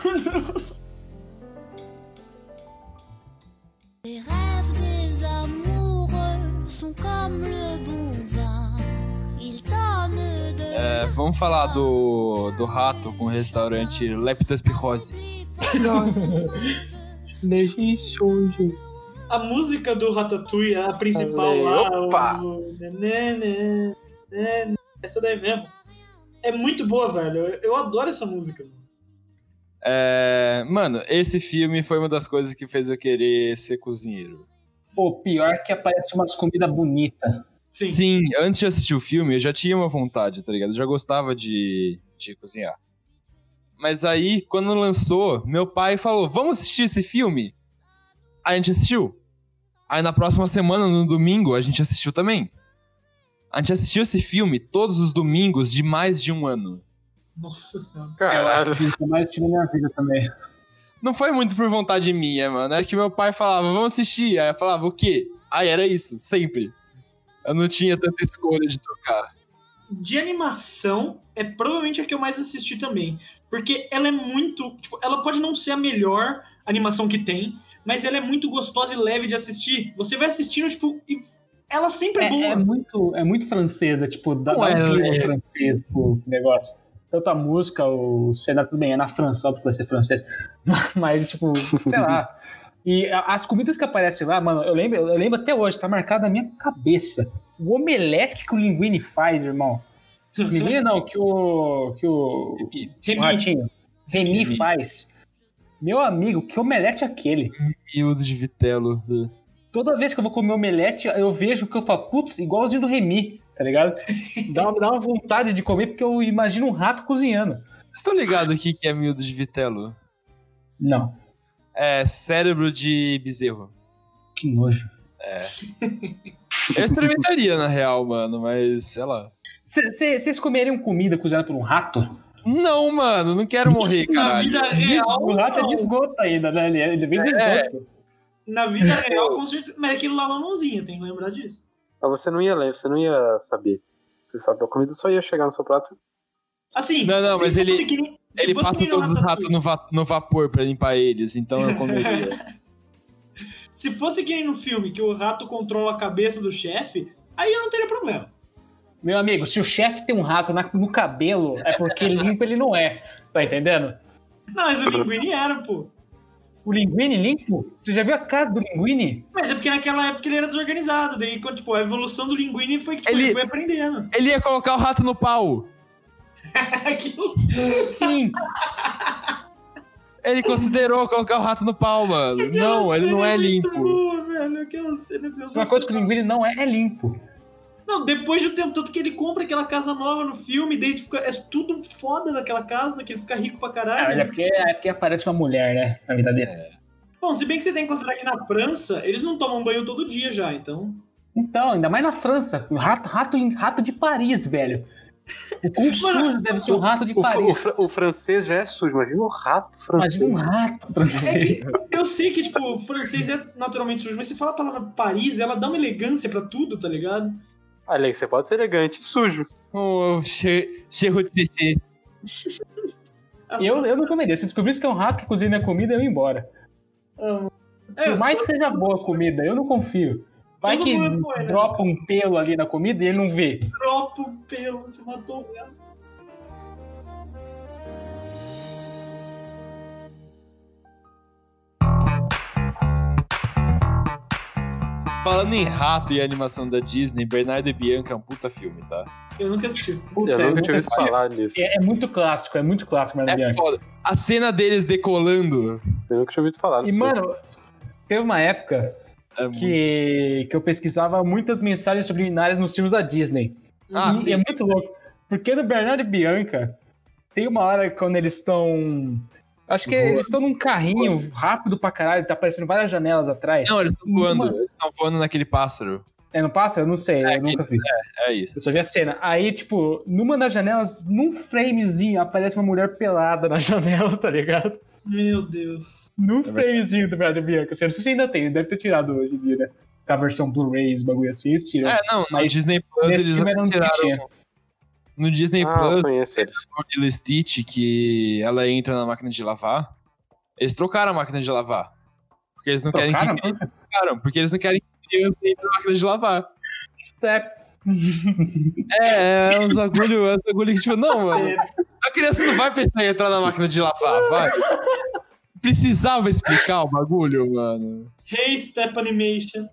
E: Les rêves des amoureux sont comme le bon vin. Ils donnent de.
D: É, vamos falar do, do rato com o restaurante Leptas Pirrose.
A: A música do Ratatouille, a principal
B: Falei,
A: lá.
D: opa!
A: o- né, né, né, Essa daí mesmo. É muito boa, velho. Eu, eu adoro essa música.
D: É, mano, esse filme foi uma das coisas que fez eu querer ser cozinheiro.
C: Pô, pior que aparece umas comidas bonitas.
A: Sim.
D: Sim, antes de assistir o filme, eu já tinha uma vontade, tá ligado? Eu já gostava de, de cozinhar. Mas aí, quando lançou, meu pai falou: Vamos assistir esse filme? Aí a gente assistiu. Aí na próxima semana, no domingo, a gente assistiu também. A gente assistiu esse filme todos os domingos de mais de um ano.
A: Nossa senhora.
C: Eu acho
B: Caralho.
C: que isso eu mais assisti na minha vida também.
D: Não foi muito por vontade minha, mano. Era que meu pai falava, vamos assistir. Aí eu falava, o quê? Aí era isso, sempre. Eu não tinha tanta escolha de trocar.
A: De animação, é provavelmente a que eu mais assisti também. Porque ela é muito. Tipo, ela pode não ser a melhor animação que tem, mas ela é muito gostosa e leve de assistir. Você vai assistindo, tipo, e ela sempre é, boa.
C: É, é muito, é muito francesa, tipo, dá,
D: Não
C: dá um
D: é,
C: clima
D: é.
C: francês pro negócio. Tanto a música, o cena, tudo bem, é na França, óbvio que vai ser francês. Mas, tipo, sei lá. E a- as comidas que aparecem lá, mano, eu lembro, eu lembro até hoje, tá marcado na minha cabeça. O omelete que o Linguini faz, irmão. Linguini não, que o. que o.
D: E
C: o
A: Remy,
C: Ratinho. Remy
D: Remy.
C: faz. Meu amigo, que omelete é aquele?
D: miúdo de né? vitelo.
C: toda vez que eu vou comer omelete, eu vejo que eu falo, putz, igualzinho do Remy, tá ligado? Dá, dá uma vontade de comer porque eu imagino um rato cozinhando.
D: Vocês estão ligados o que que é miúdo de vitelo?
C: Não,
D: É cérebro de bezerro.
C: que nojo.
D: Eu experimentaria, na real, mano, mas sei lá.
C: Vocês comeriam comida cozinhada por um rato?
D: Não, mano, não quero morrer,
A: na
D: caralho.
A: vida real.
C: o rato é
A: não.
C: de esgoto ainda, né? Ele, ele vem de
D: É.
C: esgoto.
A: Na vida real, com certeza. Mas aquilo lava a mãozinha, tem que lembrar disso.
B: Mas você não ia lembrar, você não ia saber. Você sabe, a comida só ia chegar no seu prato.
A: Assim.
D: Não, não,
A: se
D: mas ele-
A: fosse que nem- se
D: Ele
A: fosse que
D: passa
A: nem
D: todos os
A: Ratatouille.
D: ratos no, va- no vapor pra limpar eles, então eu comeria.
A: Se fosse que nem no filme, que o rato controla a cabeça do chefe, aí eu não teria problema.
C: Meu amigo, se o chefe tem um rato na- no cabelo, é porque limpo ele não é. Tá entendendo?
A: Não, mas o Linguini era, pô.
C: O linguine limpo? Você já viu a casa do linguine?
A: Mas é porque naquela época ele era desorganizado. Daí, quando, tipo, a evolução do Linguini foi que tipo,
D: Ele-
A: ele... foi aprendendo. É
D: Ele ia colocar o rato no pau.
A: Aquilo-
C: Sim.
D: Ele considerou colocar o rato no pau, mano.
A: aquela
D: Não, ele
A: cena
D: não é
A: muito
D: limpo.
A: boa, velho. é Aquela cena
C: Se uma coisa que o linguine não é, é limpo.
A: Não, depois do tempo todo que ele compra aquela casa nova no filme, daí fica... é tudo foda daquela casa, né, que ele fica rico pra
C: Ah,
A: caralho.
C: mas é porque, é porque aparece uma mulher, né? Na vida dele.
A: Bom, se bem que você tem que considerar que na França, eles não tomam banho todo dia já, então...
C: Então, ainda mais na França. um Rato, rato, em- rato de Paris, velho. O quão sujo deve ser um rato de
B: O, fr- o
C: Paris.
B: fr- o francês já é sujo, imagina um rato francês.
C: Imagina um rato francês.
A: Eu sei que, tipo, o francês é naturalmente sujo, mas você fala a palavra Paris, ela dá uma elegância pra tudo, tá ligado?
B: Olha aí, você pode ser elegante, sujo.
D: Oh, che- cheiro de CC.
C: Eu, eu não comeria. Se descobrisse que é um rato que cozinha a comida, eu ia embora.
A: É,
C: Por mais que seja boa a comida, eu não confio. Vai
A: Todo
C: que
A: mundo foi, né?
C: dropa um pelo ali na comida e ele não vê.
A: dropa o pelo, você matou ela.
D: Falando em rato e animação da Disney, Bernardo e Bianca é um puta filme, tá?
A: Eu nunca assisti.
C: Puta,
B: Eu nunca tinha ouvido
C: assisti.
B: falar nisso.
C: É, é muito clássico, é muito clássico, Mario
D: É
C: Bianchi.
D: foda. A cena deles decolando
B: Eu nunca tinha ouvido falar
C: E,
B: nisso.
C: mano, teve uma época
D: é muito.
C: que, que eu pesquisava muitas mensagens subliminares nos filmes da Disney.
D: Ah,
C: e
D: sim.
C: é muito louco. Porque no Bernardo e Bianca, tem uma hora quando eles estão. Acho que
D: Voando.
C: eles estão num carrinho rápido pra caralho, tá aparecendo várias janelas atrás.
D: É, Não, eles estão voando. Eles estão voando naquele pássaro.
C: É, não passa? Eu não sei,
D: É,
C: eu nunca
D: que-
C: vi.
D: É isso.
C: Eu só vi a cena. Aí, tipo, numa das janelas, num framezinho, aparece uma mulher pelada na janela, tá ligado?
A: Meu Deus.
C: Num
D: É verdade.
C: framezinho do Bernardo e Bianca. Assim, eu não sei se ainda tem, deve ter tirado hoje em dia, né? Com a versão Blu-ray, os bagulho assim, eles tiram.
D: É, não, no
C: Mas
D: Disney Plus
C: Nesse
D: eles
C: filme era um
D: tiraram.
C: bichinho.
D: No Disney
B: Ah, eu
D: Plus,
B: conheço eles.
D: o Lilo Stitch, que ela entra na máquina de lavar. Eles trocaram a máquina de lavar. Porque eles não
C: Trocaram,
D: querem que. Trocaram, porque eles não querem que criança entre na máquina de lavar. um-
C: Step.
D: É, é uns bagulho, é uns bagulho que, tipo, não,
A: É,
D: mano. A criança não vai pensar em entrar na máquina de lavar, vai. Precisava explicar o bagulho, mano.
A: Hey, Step Animation.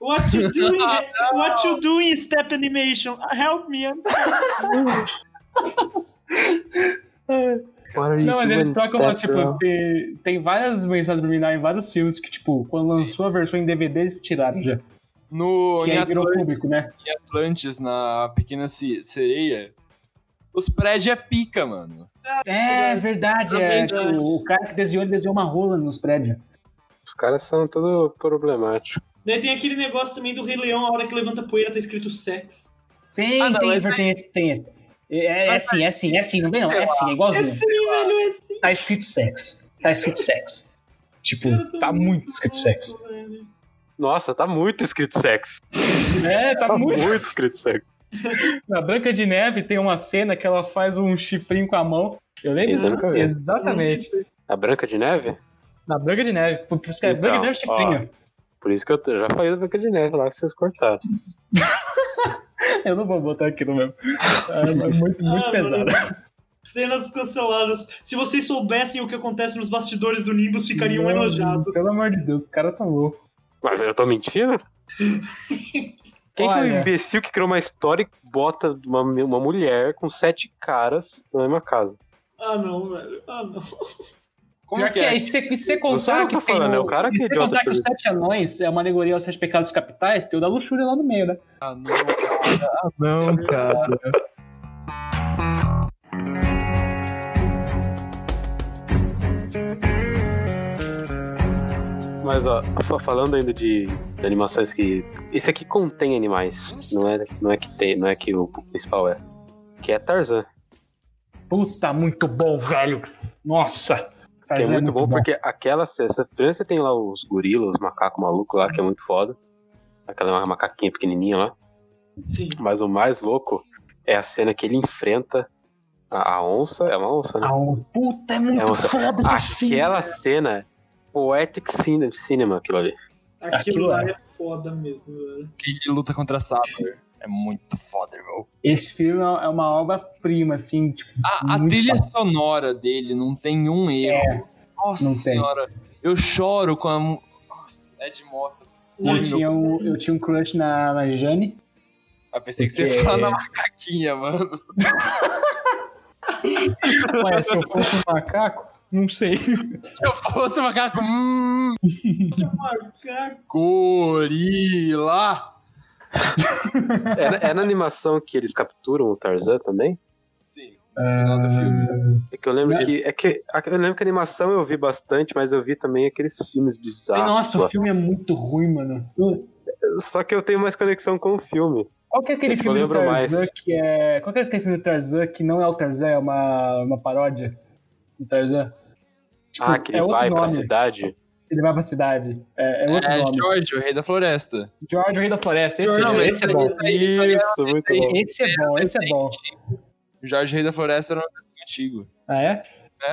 A: What you doing? What you doing, Step Animation? Help me. I'm sorry.
C: Não, mas eles trocam, tipo, tem, tem várias mensagens subliminares em vários filmes que, tipo, quando lançou a versão em DVD, eles tiraram já.
D: No,
C: Que
D: em,
C: aí virou
D: Atlantis,
C: público, né?
D: em Atlantis, na Pequena Ci- Sereia, os prédios é pica, mano.
C: É, verdade. É,
A: Verdade.
C: tipo, o cara que desenhou, ele desenhou uma rola nos prédios.
B: Os caras são todo problemáticos.
A: Daí tem aquele negócio também do Rei Leão, a hora que levanta a poeira tá escrito sex.
C: Tem,
D: Ah, não,
C: tem,
D: mas
C: Ever, tem esse, tem esse. É, é assim, é assim, é assim, não vem não, é assim, é
A: É
C: igualzinho.
A: sim, velho, é sim.
C: Tá escrito sexo, tá escrito sexo. Tipo,
A: Cara,
C: tá muito escrito
A: louco,
C: sexo.
A: velho.
B: Nossa, tá muito escrito sexo.
C: É,
B: Tá muito, escrito sexo.
C: Na Branca de Neve tem uma cena que ela faz um chifrinho com a mão. Eu lembro?
B: Isso eu nunca vi.
C: Exatamente.
B: A Branca de Neve?
C: Na Branca de Neve. Por por isso que é
B: Então,
C: Branca de Neve chifrinho.
B: Por isso que eu já falei da Branca de Neve lá que vocês cortaram.
C: Eu não vou botar aqui no meu. É, mas
A: Ah,
C: muito, muito
A: mano.
C: pesado.
A: Cenas canceladas. Se vocês soubessem o que acontece nos bastidores do Nimbus, ficariam
C: Não,
A: enojados.
C: Pelo amor de Deus, o cara tá louco.
B: Mas eu tô mentindo? Quem que é o
C: Olha.
B: imbecil que criou uma história e bota uma, uma mulher com sete caras na mesma casa?
A: Ah, não, velho. Ah, não.
D: Como
C: Pior
D: que
C: que é,
D: é?
C: e se e se você
B: Não sou eu
C: contar
B: que
C: que
B: tô
C: tem
B: falando, é o cara
C: e
B: que é
C: se você
B: idiota
C: contar que
B: por
C: os
B: isso.
C: sete anões é uma alegoria aos sete pecados capitais, tem o da luxúria lá no meio, né?
D: Ah, não, cara. Ah, não, cara.
B: Mas ó, fa- falando ainda de, de animações que. Esse aqui contém animais. Não é, não é que tem, não é que o principal é. Que é Tarzan.
C: Puta, muito bom, velho. Nossa.
B: Que é
C: Tarzan
B: muito bom, porque aquela cena. Primeiro você tem lá os gorilas, os macacos malucos lá, que é muito foda. Aquela macaquinha pequenininha lá.
A: Sim.
B: Mas o mais louco é a cena que ele enfrenta a, a onça. É uma onça, né?
C: Ah, um- Puta, é muito
B: É uma-
C: foda assim.
B: Aquela cena. Poetic cine- cinema, aquilo ali.
A: Aquilo,
C: Tá Aquilo
A: lá é foda mesmo, velho.
D: Que ele luta contra a Saber. É muito foda, irmão.
C: Esse filme é é uma obra-prima, assim, tipo,
D: A, a
C: Muito
D: trilha sonora dele não tem um
C: É.
D: erro. Nossa
C: não tem.
D: senhora. Eu choro com a. mu- Nossa, é Ed Mota.
C: eu
D: Olha,
C: tinha, um, eu tinha um crush na, na Jane.
D: Ah, pensei que você
C: Porque-
D: ia falar na macaquinha, mano.
C: Ué, se eu fosse um macaco, não sei.
D: Se eu fosse um macaco. Hum,
A: Macaco.
D: gorila!
B: É, na- é na animação que eles capturam o Tarzan também?
D: Sim, no final
C: Ah.
D: do filme.
B: É que eu lembro
C: Né?
B: que. É que a- eu lembro que a animação eu vi bastante, mas eu vi também aqueles filmes bizarros.
C: Nossa, o
B: lá.
C: filme é muito ruim, mano. Uh,
B: Só que eu tenho mais conexão com o filme.
C: Qual que é aquele
B: Eu
C: filme do
B: lembro
C: Tarzan
B: mais.
C: que é... Qual que é aquele filme do Tarzan que não é o Tarzan, é uma, uma paródia do Tarzan? Tipo,
B: ah, que ele
C: é outro
B: vai pra
C: nome.
B: cidade.
C: Ele vai pra cidade. É, é outro
D: É
C: nome.
D: George, o rei da floresta.
C: George, o Rei da Floresta. Esse,
D: Não, mas
C: esse é
D: isso
C: bom.
D: aí- isso aí era
B: Isso, muito
D: aí.
B: bom.
C: é Esse é bom, esse é bom.
D: O Jorge, o rei da floresta, era um desenho antigo.
C: Ah, é?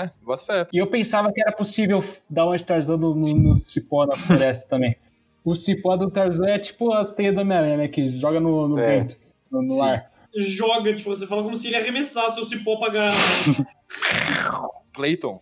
D: É, boto fé.
C: E eu pensava que era possível dar uma de Tarzan no, no, no cipó da floresta também. O cipó do Tarzan é tipo as teias do Homem-Aranha, né? Que joga no, no
B: É.
C: vento, no, no
D: Sim.
C: ar.
A: Joga, tipo, você fala como se ele arremessasse o cipó pra garra.
D: Clayton.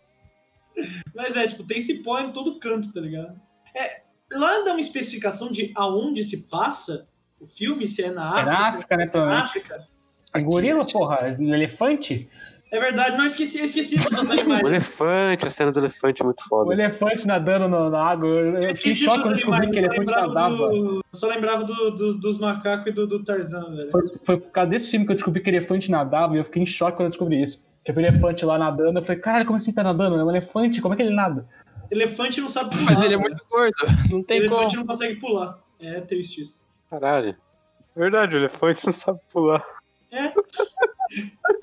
A: Mas é, tipo, tem cipó em todo canto, tá ligado? É, lá dá uma especificação de aonde se passa o filme, se é na
C: É na
A: África.
C: África,
A: se é
C: né?
A: na
C: Provavelmente.
A: África.
D: Aqui,
C: Gorila,
D: gente.
C: porra, elefante?
A: É verdade, não esqueci, eu esqueci dos outros animais.
B: O elefante, a cena do elefante é muito
C: O
B: foda.
C: elefante nadando no- na água. Eu, eu
A: Eu
C: fiquei em
A: esqueci
C: choque
A: dos
C: quando descobri
A: animais,
C: que
A: eu só
C: elefante
A: lembrava,
C: nadava.
A: do, eu só lembrava do- do- dos macacos e do, do Tarzan, velho.
C: Foi, foi por causa desse filme que eu descobri que elefante nadava e eu fiquei em choque quando eu descobri isso. Tipo, o elefante lá nadando, eu falei, cara, como assim tá nadando? É um elefante, como é que ele nada?
A: Elefante não sabe pular.
D: Mas ele é
A: velho.
D: muito gordo, não tem
A: Elefante
D: como.
A: não consegue pular. É triste isso.
B: Caralho. Verdade, o elefante não sabe pular.
A: É.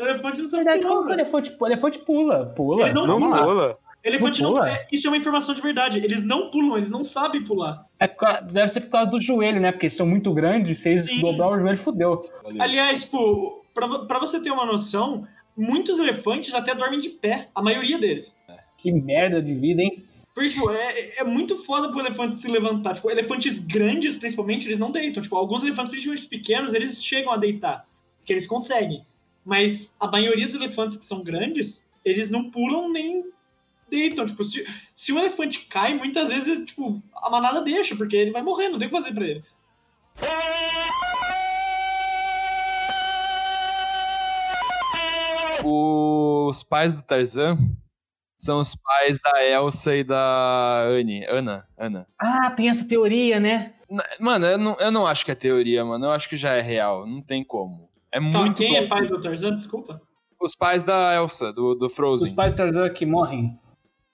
A: elefante não
C: Na
A: sabe
C: verdade,
A: pular.
C: como que o
A: velho.
C: elefante, o elefante pula? Pula.
A: Ele não
B: Não
C: Vamos lá.
B: pula.
A: Elefante não.
C: pula?
A: é, isso é uma informação de verdade. Eles não pulam, eles não sabem pular.
C: É por causa- deve ser por causa do joelho, né? Porque eles são muito grandes, se eles
A: Sim.
C: dobrar o joelho, fudeu.
D: Valeu.
A: Aliás, tipo, pra, vo- pra você ter uma noção, muitos elefantes até dormem de pé, a maioria deles.
C: Que merda de vida, hein?
A: Porque, tipo, é, é muito foda pro elefante se levantar. Tipo, elefantes grandes, principalmente, eles não deitam. Tipo, alguns elefantes, principalmente pequenos, eles chegam a deitar. Porque eles conseguem. Mas a maioria dos elefantes que são grandes, eles não pulam nem deitam. Tipo, se, se um elefante cai, muitas vezes, tipo, a manada deixa, porque ele vai morrer, não tem o que fazer pra ele.
D: Os pais do Tarzan são os pais da Elsa e da Anne. Ana, Ana.
C: Ah, tem essa teoria, né?
D: N- Mano, eu não, eu não acho que é teoria, mano. Eu acho que já é real. Não tem como. É
A: Tá,
D: muito
A: quem é pai
D: plausível.
A: do Tarzan? Desculpa.
D: Os pais da Elsa, do, do
C: Os
D: Frozen.
C: pais do Tarzan que morrem.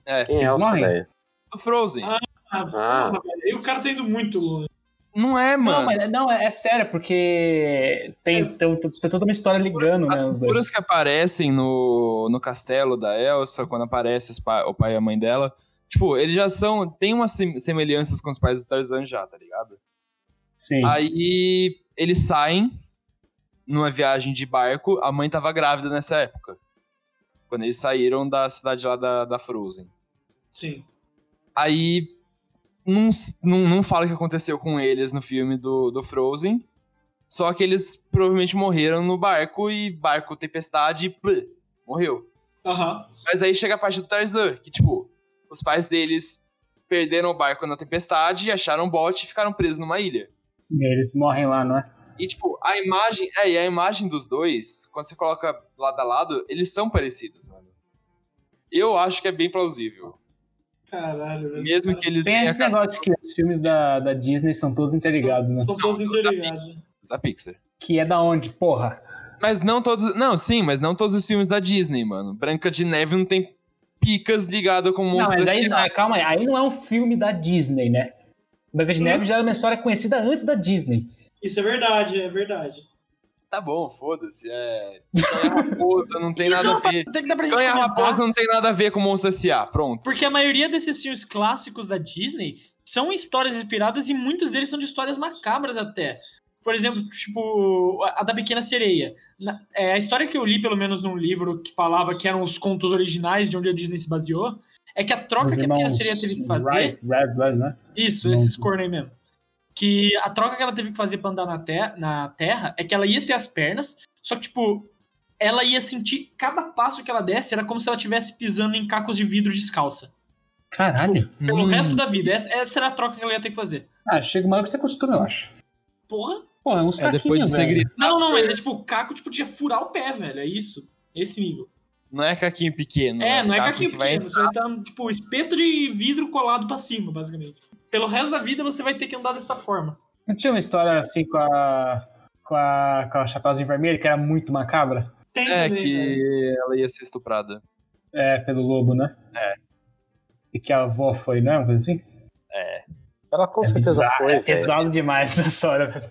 D: É,
B: Quem é
C: Eles
B: Elsa,
C: morrem?
B: velho?
D: do Frozen.
A: Ah. Ah,
B: Ah.
A: porra, velho. Aí o cara tá indo muito longe.
D: Não é, mano.
C: Não, mas não, é, é sério, porque tem,
A: É.
C: tem, tem toda uma história ligando,
D: As
C: né? os dois.
D: figuras que aparecem no, no castelo da Elsa, quando aparece os pa- o pai e a mãe dela, tipo, eles já são. Tem umas sem- semelhanças com os pais do Tarzan já, tá ligado?
C: Sim.
D: Ah. Aí eles saem numa viagem de barco. A mãe tava grávida nessa época. Quando eles saíram da cidade lá da, da Frozen.
A: Sim.
D: Aí não, s- não, não fala o que aconteceu com eles no filme do, do Frozen. Só que eles provavelmente morreram no barco e barco tempestade, plê, morreu.
A: Aham.
D: Mas aí chega a parte do Tarzan, que tipo, os pais deles perderam o barco na tempestade, acharam um bote e ficaram presos numa ilha.
C: Eles morrem lá, não é?
D: E tipo, a imagem, é, e a imagem dos dois, quando você coloca lado a lado, eles são parecidos, mano. Eu acho que é bem plausível.
A: Caralho, velho.
D: Mesmo que ele
C: Tem
D: tenha
C: esse negócio que os filmes da, da Disney são todos interligados, né?
A: São todos
D: Não, os da
A: interligados.
D: cabelos da Pixar.
C: Que é da onde, porra?
D: Mas não todos. Não, sim, mas não todos os filmes da Disney, mano. Branca de Neve não tem picas ligado com
C: Não,
D: monstros. assim,
C: mas aí,
D: da
C: não, calma aí, aí não é um filme da Disney, né? Branca de Neve já era uma história conhecida antes da Disney.
A: Isso é verdade, é verdade.
D: Tá bom, foda-se. É. Ganha raposa, não tem nada a ver.
A: Tem que dar pra gente
D: Ganha
A: comentar,
D: raposa não tem nada a ver com monstro S.A. Pronto.
A: Porque a maioria desses filmes clássicos da Disney são histórias inspiradas e muitos deles são de histórias macabras até. Por exemplo, tipo, a a da Pequena Sereia. Na- é, a história que eu li, pelo menos num livro que falava que eram os contos originais de onde a Disney se baseou, é que a troca
C: Os
A: que a Pequena
C: irmãos
A: Sereia teve que fazer
C: Wright- Wright, Wright, né?
A: isso,
C: Não.
A: esses corno aí mesmo. Que a troca que ela teve que fazer pra andar na, te- na terra é que ela ia ter as pernas, só que, tipo, ela ia sentir cada passo que ela desse, era como se ela estivesse pisando em cacos de vidro descalça.
C: Caralho.
A: Pelo
D: Hum.
A: resto da vida. Essa, essa era a troca que ela ia ter que fazer.
C: Ah, chega uma hora que você acostuma, eu acho.
A: Porra.
C: Pô, é uns
D: É depois de
C: caquinhos,
D: você
C: velho.
D: gritar.
A: Não, não, mas é tipo, o caco tipo, podia furar o pé, velho. É isso. Esse nível.
D: Não é caquinho pequeno.
A: é, não é
D: caco
A: caquinho
D: que vai-
A: pequeno. Você vai estar, tipo, um espeto de vidro colado pra cima, basicamente. Pelo resto da vida você vai ter que andar dessa forma.
C: Não tinha uma história assim com a. com a, com a Chapeuzinho Vermelho, que era muito macabra?
A: Tem
D: É
A: também, né? velho.
D: que ela ia ser estuprada.
C: É, pelo lobo, né?
D: É.
C: E que a avó foi, não é? Uma coisa assim?
B: Ela com
C: é
B: certeza
C: bizarro,
B: foi,
C: é
B: velho.
C: pesado demais essa história. velho.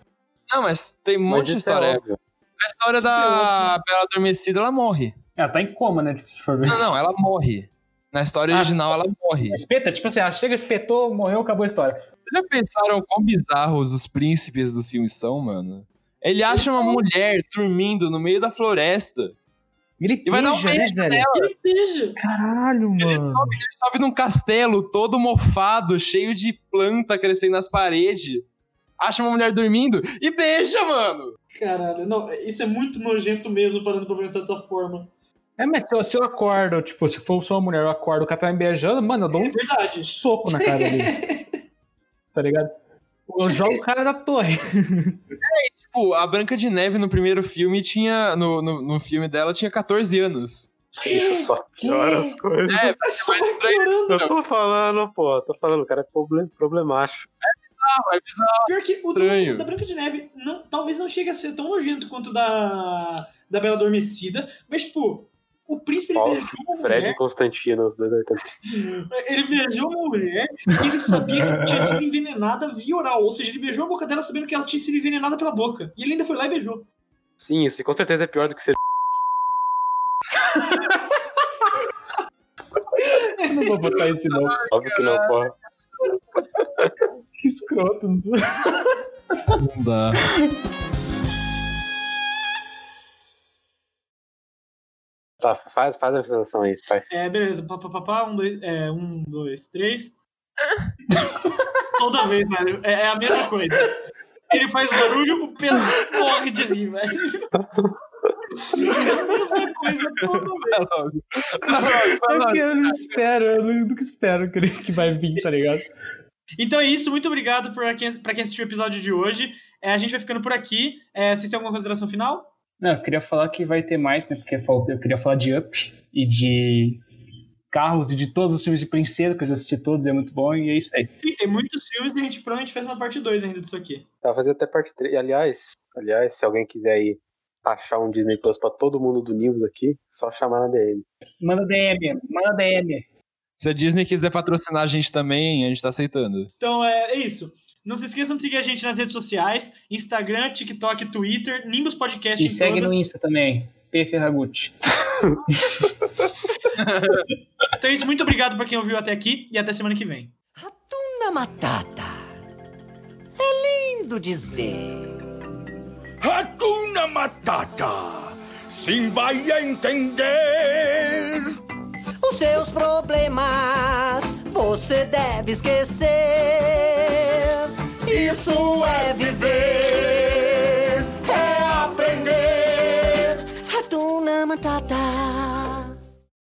D: Não, mas tem um
B: Mas
D: monte de
B: isso é
D: história.
B: óbvio.
D: a história
A: é
D: da Bela Adormecida, ela morre.
C: Ela tá em coma, né? Se for ver.
D: Não, não, ela morre. Na história
C: Ah.
D: original, ela morre.
C: Espeta, tipo assim, ela chega, espetou, morreu, acabou a história.
D: Vocês já pensaram quão bizarros os príncipes dos filmes são, mano? Ele acha uma mulher dormindo no meio da floresta.
C: Ele
D: E vai dar um
C: pija, né,
D: beijo
C: velho?
D: nela.
A: Que pija.
C: Caralho,
D: Ele
C: mano.
D: sobe, ele sobe num castelo todo mofado, cheio de planta crescendo nas paredes. Acha uma mulher dormindo e beija, mano.
A: Caralho, não, isso é muito nojento mesmo, parando pra pensar dessa forma.
C: É, mas se eu, se eu acordo, tipo, se for só uma mulher, eu acordo, o cara tá me beijando, mano, eu dou
A: É
C: um
A: verdade.
C: soco na cara dele. tá ligado? Eu jogo o cara da torre.
D: Tipo, a Branca de Neve no primeiro filme tinha. No, no, no filme dela tinha 14 anos.
B: Isso é só piora as coisas.
D: É,
A: Mas
D: vai
A: vai
D: estranho.
A: piorando.
B: Eu tô falando, pô, tô falando, o cara é problem- problemático.
C: Ah,
D: é bizarro.
A: Pior que o
D: Estranho.
A: do- da Branca de Neve não- talvez não chegue a ser tão nojento quanto o da, da Bela Adormecida, mas, tipo, o príncipe ele
B: Ó,
A: beijou
D: É.
A: uma
B: Fred
A: mulher,
B: e Constantino, os dois aí também.
A: ele beijou uma mulher que ele sabia que tinha sido envenenada via oral, ou seja, ele beijou a boca dela sabendo que ela tinha sido envenenada pela boca, e ele ainda foi lá e beijou.
B: Sim, isso com certeza é pior do que ser.
C: Eu não vou botar isso, não.
B: Óbvio que não, porra.
C: Que escroto.
D: Não dá.
B: Tá, faz, faz a apresentação aí, faz.
A: É, beleza, pá, pá, pá, pá, um, dois, é, um, dois, três. Toda vez, velho, é, é a mesma coisa. Ele faz barulho, o peso morre de rir, velho. É a mesma coisa toda vez.
D: Vai logo. Vai logo, vai
C: É
D: logo.
C: que eu não espero, eu nu- nunca espero que, ele- que vai vir, tá ligado?
A: Então é isso, muito obrigado para quem, pra quem assistiu o episódio de hoje. É, a gente vai ficando por aqui. É, vocês têm alguma consideração final?
C: Não, eu queria falar que vai ter mais, né? Porque fal- eu queria falar de Up e de carros e de todos os filmes de princesa, que eu já assisti todos, é muito bom, e é isso aí.
A: Sim, tem muitos filmes e a gente provavelmente faz uma parte 2 ainda disso aqui.
B: Tá fazer até parte 3. Aliás, aliás, se alguém quiser aí achar um Disney Plus pra todo mundo do Nivus aqui, só chamar na DM.
C: Manda DM, manda DM.
D: Se a Disney quiser patrocinar a gente também, a gente tá aceitando.
A: Então é, é isso. Não se esqueçam de seguir a gente nas redes sociais: Instagram, TikTok, Twitter, Nimbus Podcast
C: E
A: em
C: segue
A: todas.
C: no Insta também, P. Ferragutti.
A: Então é isso, muito obrigado pra quem ouviu até aqui e até semana que vem.
F: Hakuna Matata. É lindo dizer.
G: Hakuna Matata. Sim, vai entender.
F: Os seus problemas você deve esquecer. Isso é viver.
G: É aprender.
F: Hakuna Matata.